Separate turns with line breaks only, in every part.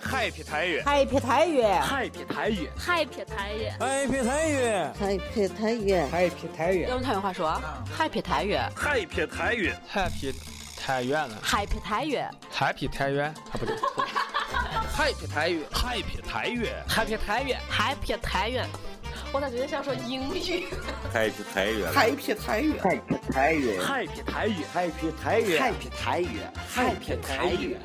Happy 台语
，Happy 台语
，Happy 台语
，Happy 台语
，Happy 台语
，Happy 台语
，Happy 台语。
用台语话说，Happy 台语
，Happy 台语
，Happy 台语了
，Happy 台语
，Happy 台语，啊不 对
，Happy 台语，Happy 台语
，Happy 台语
，Happy 台语。我咋觉得像说英语
？Happy 台语
，Happy 台语
，Happy 台语
，Happy 台语
，Happy 台语
，Happy 台语
，Happy 台语。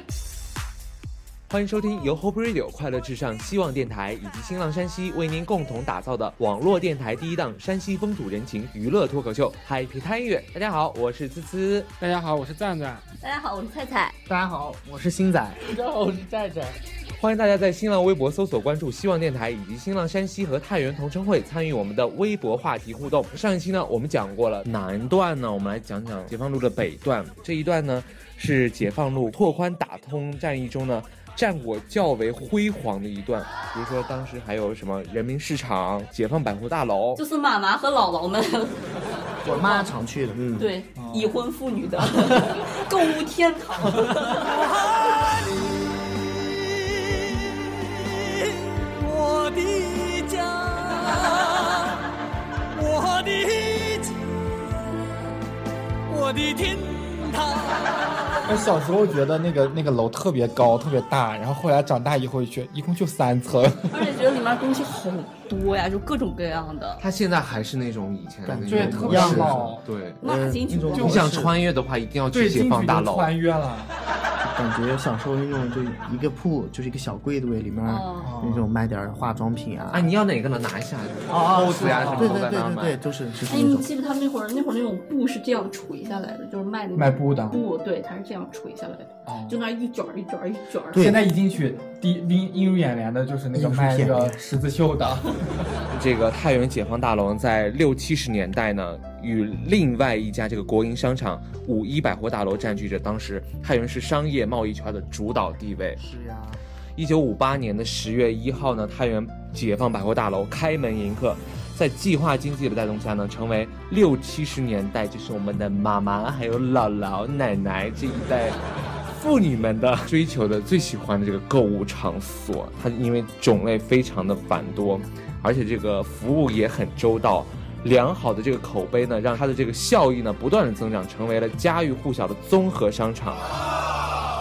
欢迎收听由 Hope Radio 快乐至上希望电台以及新浪山西为您共同打造的网络电台第一档山西风土人情娱乐脱口秀《Happy 探月》。大家好，我是呲呲。
大家好，我是赞赞。
大家好，我是菜菜。
大家好，我是星仔。
大家好，我是寨寨。
欢迎大家在新浪微博搜索关注希望电台以及新浪山西和太原同城会，参与我们的微博话题互动。上一期呢，我们讲过了南段呢，我们来讲讲解放路的北段。这一段呢，是解放路拓宽打通战役中呢。战果较为辉煌的一段，比如说当时还有什么人民市场、解放百货大楼，
就是妈妈和姥姥们。
我妈常去的，嗯，
对，哦、已婚妇女的购物天堂。
我的家，我的家，我的天堂。
我小时候觉得那个那个楼特别高，特别大，然后后来长大以后觉得一共就三 层，
而且觉得里面东西好多呀，就各种各样的。
它现在还是那种以前
感觉特别老，
哦对，
那进去
你想穿越的话，一定要去解放大楼
穿越了。
感觉小时候那种就一个铺，就是一个小柜子里面
哦
那种卖点化妆品啊。
啊，你要哪个能拿下？
哦，
子呀什么
对对对对对，就是就是。哎，
你记不？他们那会儿那会儿那种布是这样垂下来的，就是卖
卖布的
布，对，它是这样垂下来的，就那一卷一卷一卷。
现在一进去，第映映入眼帘的就是那个卖那个十字绣的。
这个太原解放大楼在六七十年代呢。与另外一家这个国营商场五一百货大楼占据着当时太原市商业贸易圈的主导地位。
是呀，
一九五八年的十月一号呢，太原解放百货大楼开门迎客，在计划经济的带动下呢，成为六七十年代就是我们的妈妈还有姥姥奶奶这一代。妇女们的追求的最喜欢的这个购物场所，它因为种类非常的繁多，而且这个服务也很周到。良好的这个口碑呢，让它的这个效益呢不断的增长，成为了家喻户晓的综合商场。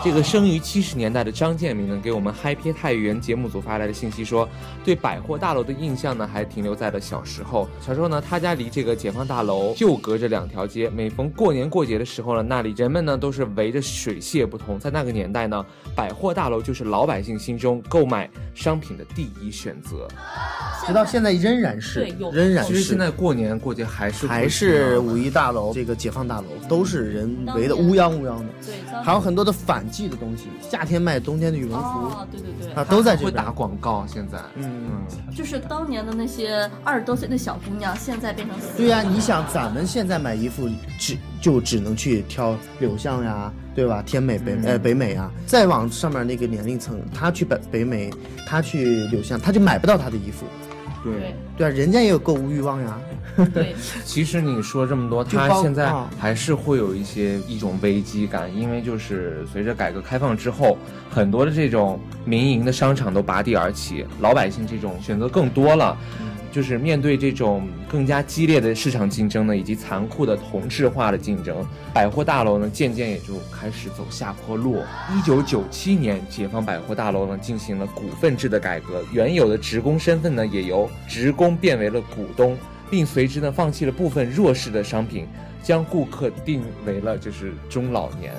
这个生于七十年代的张建明呢，给我们嗨皮太原节目组发来的信息说，对百货大楼的印象呢，还停留在了小时候。小时候呢，他家离这个解放大楼就隔着两条街，每逢过年过节的时候呢，那里人们呢都是围着水泄不通。在那个年代呢，百货大楼就是老百姓心中购买商品的第一选择，
直到现在仍然是，仍然哦是。
其实现在过年过节还是
还是五一大楼这个解放大楼
嗯
都是人围的乌泱乌泱的，
对，
还有很多的反。季的东西，夏天卖冬天的羽绒服，
哦，对对对，
啊，都在这
会打广告。现在，嗯，
就是当年的那些二十多岁的小姑娘，现在变成
对呀、啊，你想咱们现在买衣服只就只能去挑柳巷呀，对吧？天美北、嗯、呃北美啊，再往上面那个年龄层，他去北北美，他去柳巷，他就买不到他的衣服。
对
对啊，人家也有购物欲望呀。
对，
其实你说这么多，它现在还是会有一些一种危机感，因为就是随着改革开放之后，很多的这种民营的商场都拔地而起，老百姓这种选择更多了。嗯就是面对这种更加激烈的市场竞争呢，以及残酷的同质化的竞争，百货大楼呢渐渐也就开始走下坡路。一九九七年，解放百货大楼呢进行了股份制的改革，原有的职工身份呢也由职工变为了股东，并随之呢放弃了部分弱势的商品，将顾客定为了就是中老年。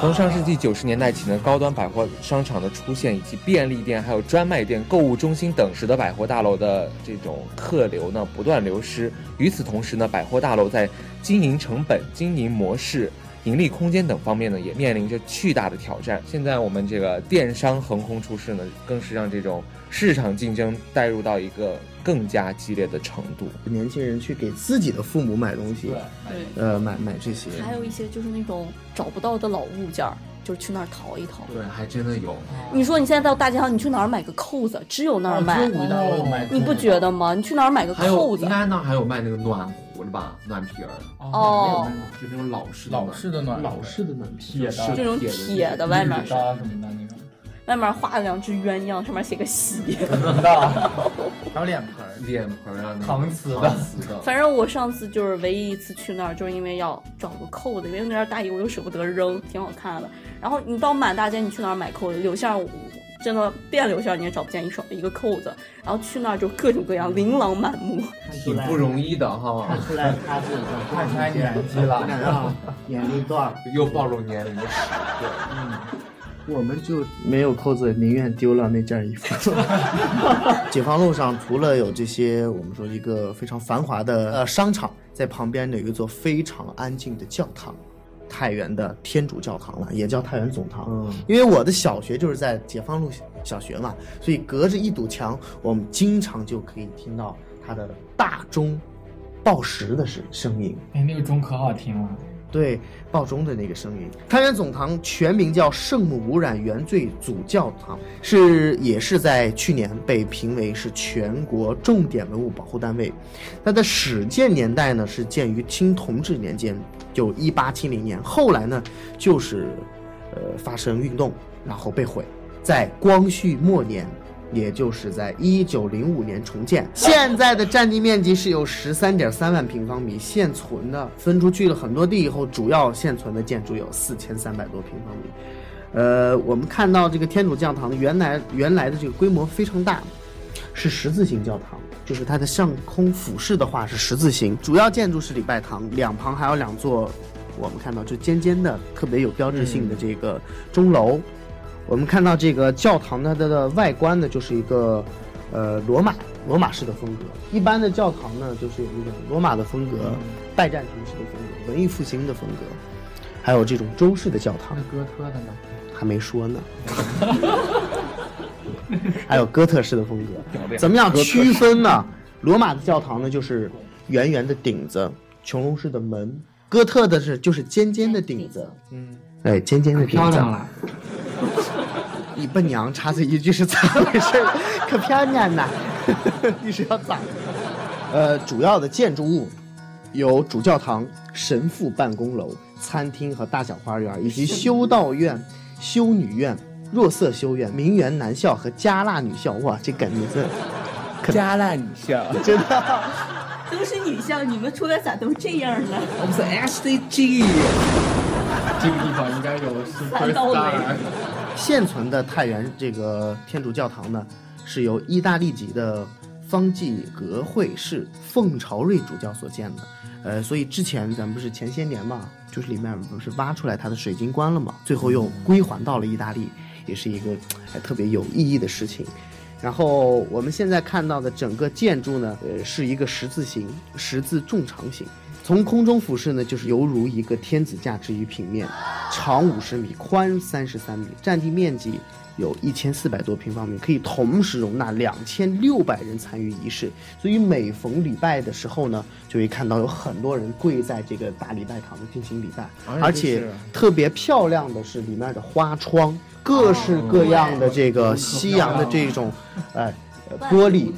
从上世纪九十年代起呢，高端百货商场的出现，以及便利店、还有专卖店、购物中心等，使得百货大楼的这种客流呢不断流失。与此同时呢，百货大楼在经营成本、经营模式、盈利空间等方面呢，也面临着巨大的挑战。现在我们这个电商横空出世呢，更是让这种市场竞争带入到一个更加激烈的程度。
年轻人去给自己的父母买东西，
对，
呃，买买这些，
还有一些就是那种。找不到的老物件儿，就是去那儿淘一淘。
对，还真的有。
你说你现在到大街上，你去哪儿买个扣子？只有那儿卖。你不觉得吗？你去哪儿买个扣子？
应该那儿还有卖那个暖壶的吧，暖瓶儿。
哦，
就那种老式
老式的暖
老式的暖
铁的啊
这种铁的外面
的什么的那种。
外面画了两只鸳鸯，上面写个喜。
还有脸盆儿，脸盆儿啊，那个
搪瓷的
搪瓷的，
反正我上次就是唯一一次去那儿，就是因为要找个扣子，因为那件大衣我又舍不得扔，挺好看的。然后你到满大街，你去哪儿买扣子？柳巷真的遍柳巷你也找不见一双一个扣子，然后去那儿就各种各样，琳琅满目。
挺不容易的哈。
看出来他是
看出来年纪了
啊，年龄段
又暴露年龄了。对，
嗯，
我们就没有扣子，宁愿丢了那件衣服。 解放路上除了有这些，我们说一个非常繁华的呃商场，在旁边有一座非常安静的教堂，太原的天主教堂了，也叫太原总堂。因为我的小学就是在解放路小学嘛，所以隔着一堵墙，我们经常就可以听到它的大钟报时的声声音。
哎，那个钟可好听了、
对报钟的那个声音。太原总堂全名叫圣母无染原罪主教堂，是也是在去年被评为是全国重点文物保护单位。它的始建年代呢是建于清同治年间，就一八七零年。后来呢就是呃发生运动，然后被毁，在光绪末年。也就是在一九零五年重建，现在的占地面积是有十三点三万平方米，现存的分出去了很多地以后，主要现存的建筑有四千三百多平方米。呃，我们看到这个天主教堂的原来原来的这个规模非常大，是十字形教堂，就是它的上空俯视的话是十字形，主要建筑是礼拜堂，两旁还有两座我们看到就尖尖的特别有标志性的这个钟楼。我们看到这个教堂它的外观呢，就是一个呃罗马罗马式的风格。一般的教堂呢，就是有一种罗马的风格、拜占庭式的风格、文艺复兴的风格，还有这种中式的教堂。
哥特的呢？
还没 说呢。还有哥特式的风格，怎么样区分呢？罗马的教堂呢，就是圆圆的顶子，穹窿式的门；哥特的是就是尖尖的顶子，
嗯，
哎，尖尖的顶子。
漂亮了。
你笨娘插这一句是咋回事儿？可漂亮了， 你是要咋？呃，主要的建筑物有主教堂、神父办公楼、餐厅和大小花园，以及修道院、修女院、若瑟修院、名媛男校和加纳女校。哇，这梗你这加纳女校真的。
都是女校，你们出来咋都这样 呢？
我们是 S D G。
这个地方应该有 super
反倒霉
star。
现存的太原这个天主教堂呢，是由意大利籍的方济各会士凤朝瑞主教所建的。呃，所以之前咱们不是前些年嘛，就是里面不是挖出来它的水晶棺了嘛，最后又归还到了意大利，也是一个哎特别有意义的事情。然后我们现在看到的整个建筑呢，呃，是一个十字形、十字纵长形。从空中俯视呢，就是犹如一个天子驾至于平面，长五十米，宽三十三米，占地面积有一千四百多平方米，可以同时容纳两千六百人参与仪式。所以每逢礼拜的时候呢，就会看到有很多人跪在这个大礼拜堂进行礼拜，而
而且
且特别漂亮的是里面的花窗，各式各样的这个西洋的这种，哎，呃玻璃，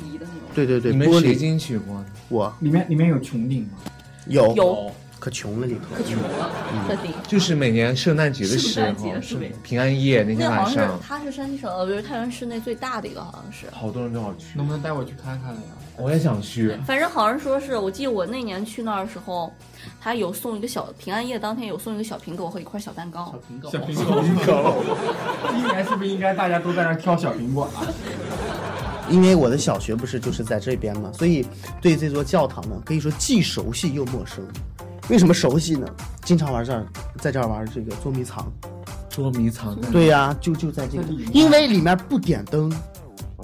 对对对，
你们
玻
谁
璃
进去过？啊
我
里面里面有穹顶吗？
有
有，
可穷了里头，
可穷了，特地。
就是每年圣诞节的时
圣诞
候，
节
是
对
平安夜那天
那好像
晚
是
上，
它是山城，呃，不是太原市内最大的一个，好像是。
好多人都要去。
能不能带我去看看了呀？
我也想去，
反正好像说是我记得我那年去那儿的时候，他有送一个小平安夜当天有送一个小苹果和一块小蛋糕。
小苹果，苹果，今年是不是应该大家都在那儿挑小苹果了？
因为我的小学不是就是在这边嘛，所以对这座教堂呢，可以说既熟悉又陌生。为什么熟悉呢？经常玩这儿，在这儿玩这个捉迷藏。
捉迷藏。
嗯
对呀、就就在这个，因为里面不点灯，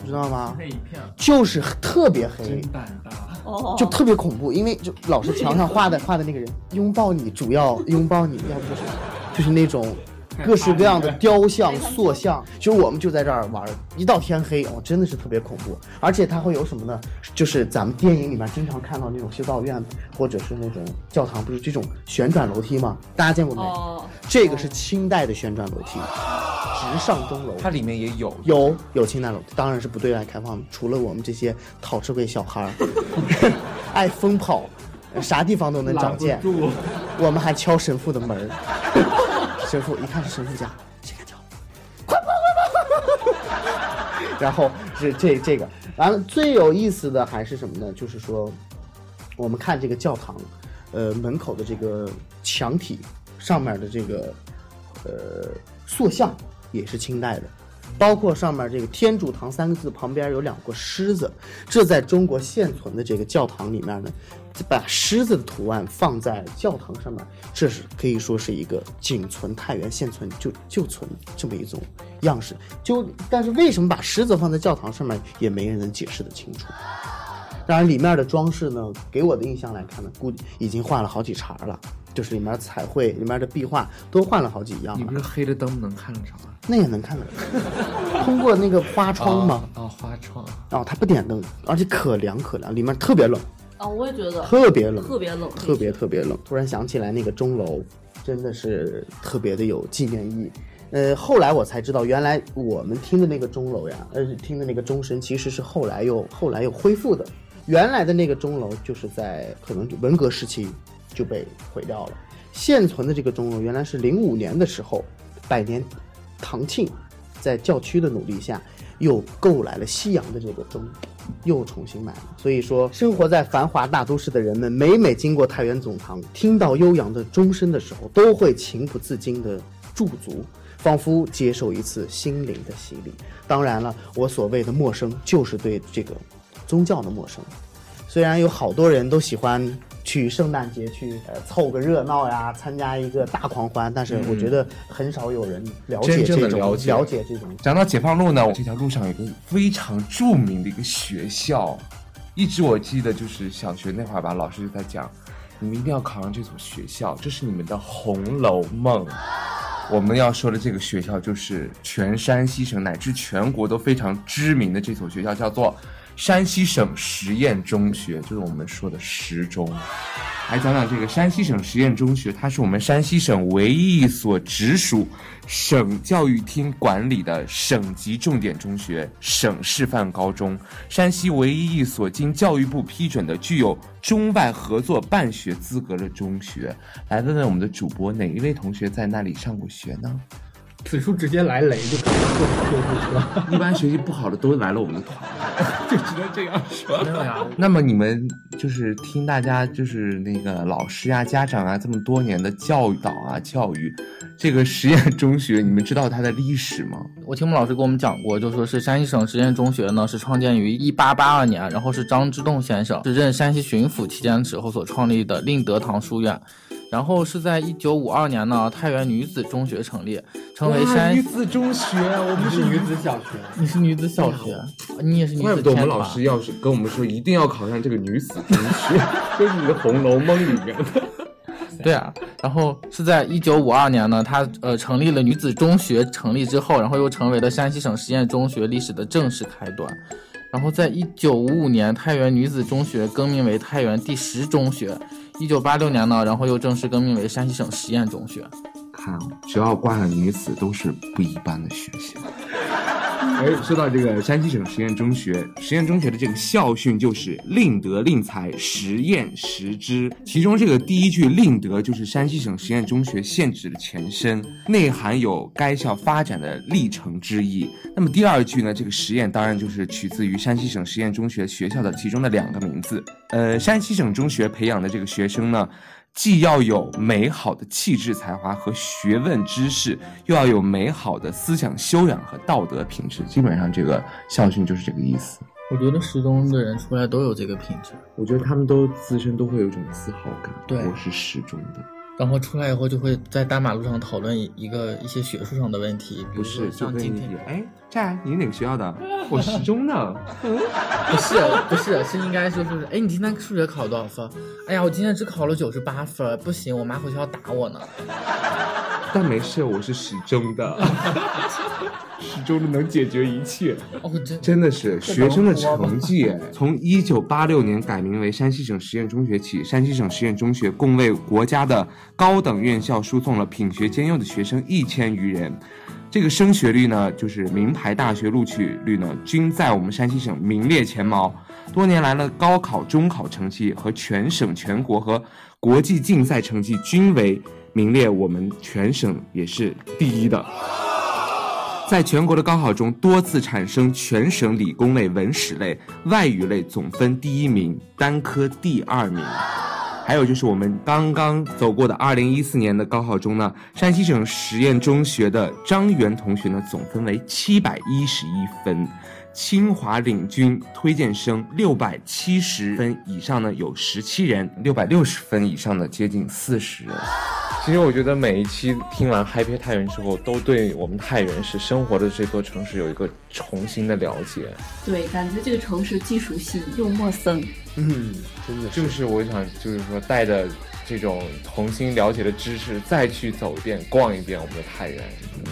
知道吗？
那一片
就是特别黑，
胆大，
哦
就特别恐怖。因为就老是墙上画的画的那个人拥抱你，主要拥抱你，要不就是就是那种各式各样的雕像、塑像，就是我们就在这儿玩儿，一到天黑哦，真的是特别恐怖。而且它会有什么呢？就是咱们电影里面经常看到那种修道院，或者是那种教堂，不是这种旋转楼梯吗？大家见过没？
哦，
这个是清代的旋转楼梯，直上钟楼。
它里面也有
有有清代楼梯，当然是不对外开放的，除了我们这些讨吃鬼小孩儿， 爱疯跑，啥地方都能找见。
拦不住
我们还敲神父的门儿，神父一看是神父家，谁敢敲？快跑快跑！ 然后是这这个，完了最有意思的还是什么呢？就是说，我们看这个教堂，呃，门口的这个墙体上面的这个呃塑像也是清代的，包括上面这个“天主堂”三个字旁边有两个狮子，这在中国现存的这个教堂里面呢，把狮子的图案放在教堂上面，这是可以说是一个仅存太原现存就就存这么一种样式。就但是为什么把狮子放在教堂上面，也没人能解释得清楚。当然，里面的装饰呢，给我的印象来看呢，估计已经换了好几茬了，就是里面彩绘、里面的壁画都换了好几样了。你不是黑着灯能看得着吗？那也能看得着，通过那个花窗嘛。
啊，花窗。
哦，它不点灯，而且可凉可凉，里面特别冷，
啊，我也觉得
特别冷，
特别冷，
特别特别冷。突然想起来那个钟楼，真的是特别的有纪念意义。呃，后来我才知道，原来我们听的那个钟楼呀，呃，听的那个钟声，其实是后来又后来又恢复的。原来的那个钟楼就是在可能文革时期就被毁掉了。现存的这个钟楼，原来是零五年的时候，百年唐庆在教区的努力下，又购来了西洋的这个钟，又重新买了。所以说，生活在繁华大都市的人们，每每经过太原总堂，听到悠扬的钟声的时候，都会情不自禁的驻足。仿佛接受一次心灵的洗礼。当然了，我所谓的陌生，就是对这个宗教的陌生。虽然有好多人都喜欢去圣诞节去呃凑个热闹呀，参加一个大狂欢，但是我觉得很少有人了解
真正
这
的
种
了
了解这种。
讲到解放路呢，我这条路上有个非常著名的一个学校，一直我记得就是小学那会儿吧，老师就在讲，你们一定要考上这所学校，这是你们的《红楼梦》。我们要说的这个学校就是全山西省乃至全国都非常知名的这所学校，叫做山西省实验中学，就是我们说的实中。来讲讲这个山西省实验中学，它是我们山西省唯一一所直属省教育厅管理的省级重点中学、省示范高中，山西唯一一所经教育部批准的具有中外合作办学资格的中学。来问问我们的主播，哪一位同学在那里上过学呢？
此处直接来雷就可以坐救护 车。
一般学习不好的都来了我们的团。
就只能这样说。没有呀，
那么你们就是听大家就是那个老师呀、家长啊这么多年的教导啊、教育，这个实验中学，你们知道它的历史吗？
我听我们老师给我们讲过，就说是山西省实验中学呢是创建于一八八二年，然后是张之洞先生是任山西巡抚期间时候所创立的令德堂书院，然后是在一九五二年呢太原女子中学成立，成为
哇
山
女子中学，我们是女子小学。
你是女子小学，你也是女
怪
子
不得我
天
们
团
老师要是跟我们说一定要考上这个女子中学， 就是你的《红楼梦》里面的。
对啊，然后是在一九五二年呢，他呃成立了女子中学，成立之后，然后又成为了山西省实验中学历史的正式开端。然后在一九五五年，太原女子中学更名为太原第十中学。一九八六年呢，然后又正式更名为山西省实验中学。
看，只要挂了女子，都是不一般的学校。 哎，说到这个山西省实验中学，实验中学的这个校训就是“令德令才，实验实知”。其中这个第一句“令德”就是山西省实验中学现址的前身，内涵有该校发展的历程之意。那么第二句呢，这个实验当然就是取自于山西省实验中学学校的其中的两个名字。呃，山西省中学培养的这个学生呢。既要有美好的气质、才华和学问知识，又要有美好的思想修养和道德品质。基本上这个校训就是这个意思。
我觉得十中的人出来都有这个品质，
我觉得他们都自身都会有一种自豪感。
对嗯
我是十中的，
然后出来以后就会在大马路上讨论一个一些学术上的问题，
不
比如
是
说
就
像
跟
今
你
天
比，哎，站，你是哪个学校的？我十中的。
不是不是是应该说就是，哎，你今天数学考多少分？哎呀，我今天只考了九十八分，不行，我妈回学校打我呢。
但没事，我是十中的， 十中的能解决一切。
哦，真
真的是
这
学生的
能播吗
成绩哎， 从一九八六年改名为山西省实验中学起，山西省实验中学共为国家的高等院校输送了品学兼优的学生一千余人。这个升学率呢，就是名牌大学录取率呢，均在我们山西省名列前茅。多年来呢，高考、中考成绩和全省、全国和国际竞赛成绩均为名列我们全省也是第一的。在全国的高考中多次产生全省理工类、文史类、外语类总分第一名，单科第二名。还有就是我们刚刚走过的二零一四年的高考中呢，山西省实验中学的张元同学呢，总分为七百一十一分，清华领军推荐生六百七十分以上呢有十七人，六百六十分以上的接近四十人。
其实我觉得每一期听完《Happy 太原》之后，都对我们太原市生活的这座城市有一个重新的了解。
对，感觉这个城市既熟悉又陌生。
嗯，真的就是我想，就是说带着这种重新了解的知识，再去走一遍、逛一遍我们的太原，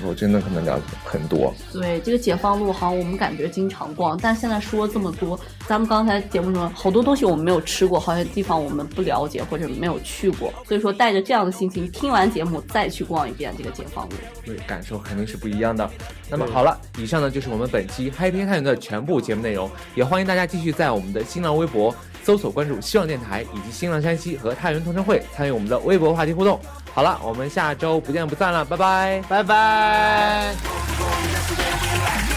我真的可能了解很多。
对，这个解放路好像我们感觉经常逛，但现在说这么多，咱们刚才节目中好多东西我们没有吃过，好些地方我们不了解或者没有去过，所以说带着这样的心情，听完节目再去逛一遍这个解放路。
对，感受肯定是不一样的。那么好了，以上呢就是我们本期《嗨天探员》的全部节目内容，也欢迎大家继续在我们的新浪微博搜索关注“希望电台”以及“新浪山西”和“太原同城会”，参与我们的微博话题互动。好了，我们下周不见不散了，拜拜，拜拜。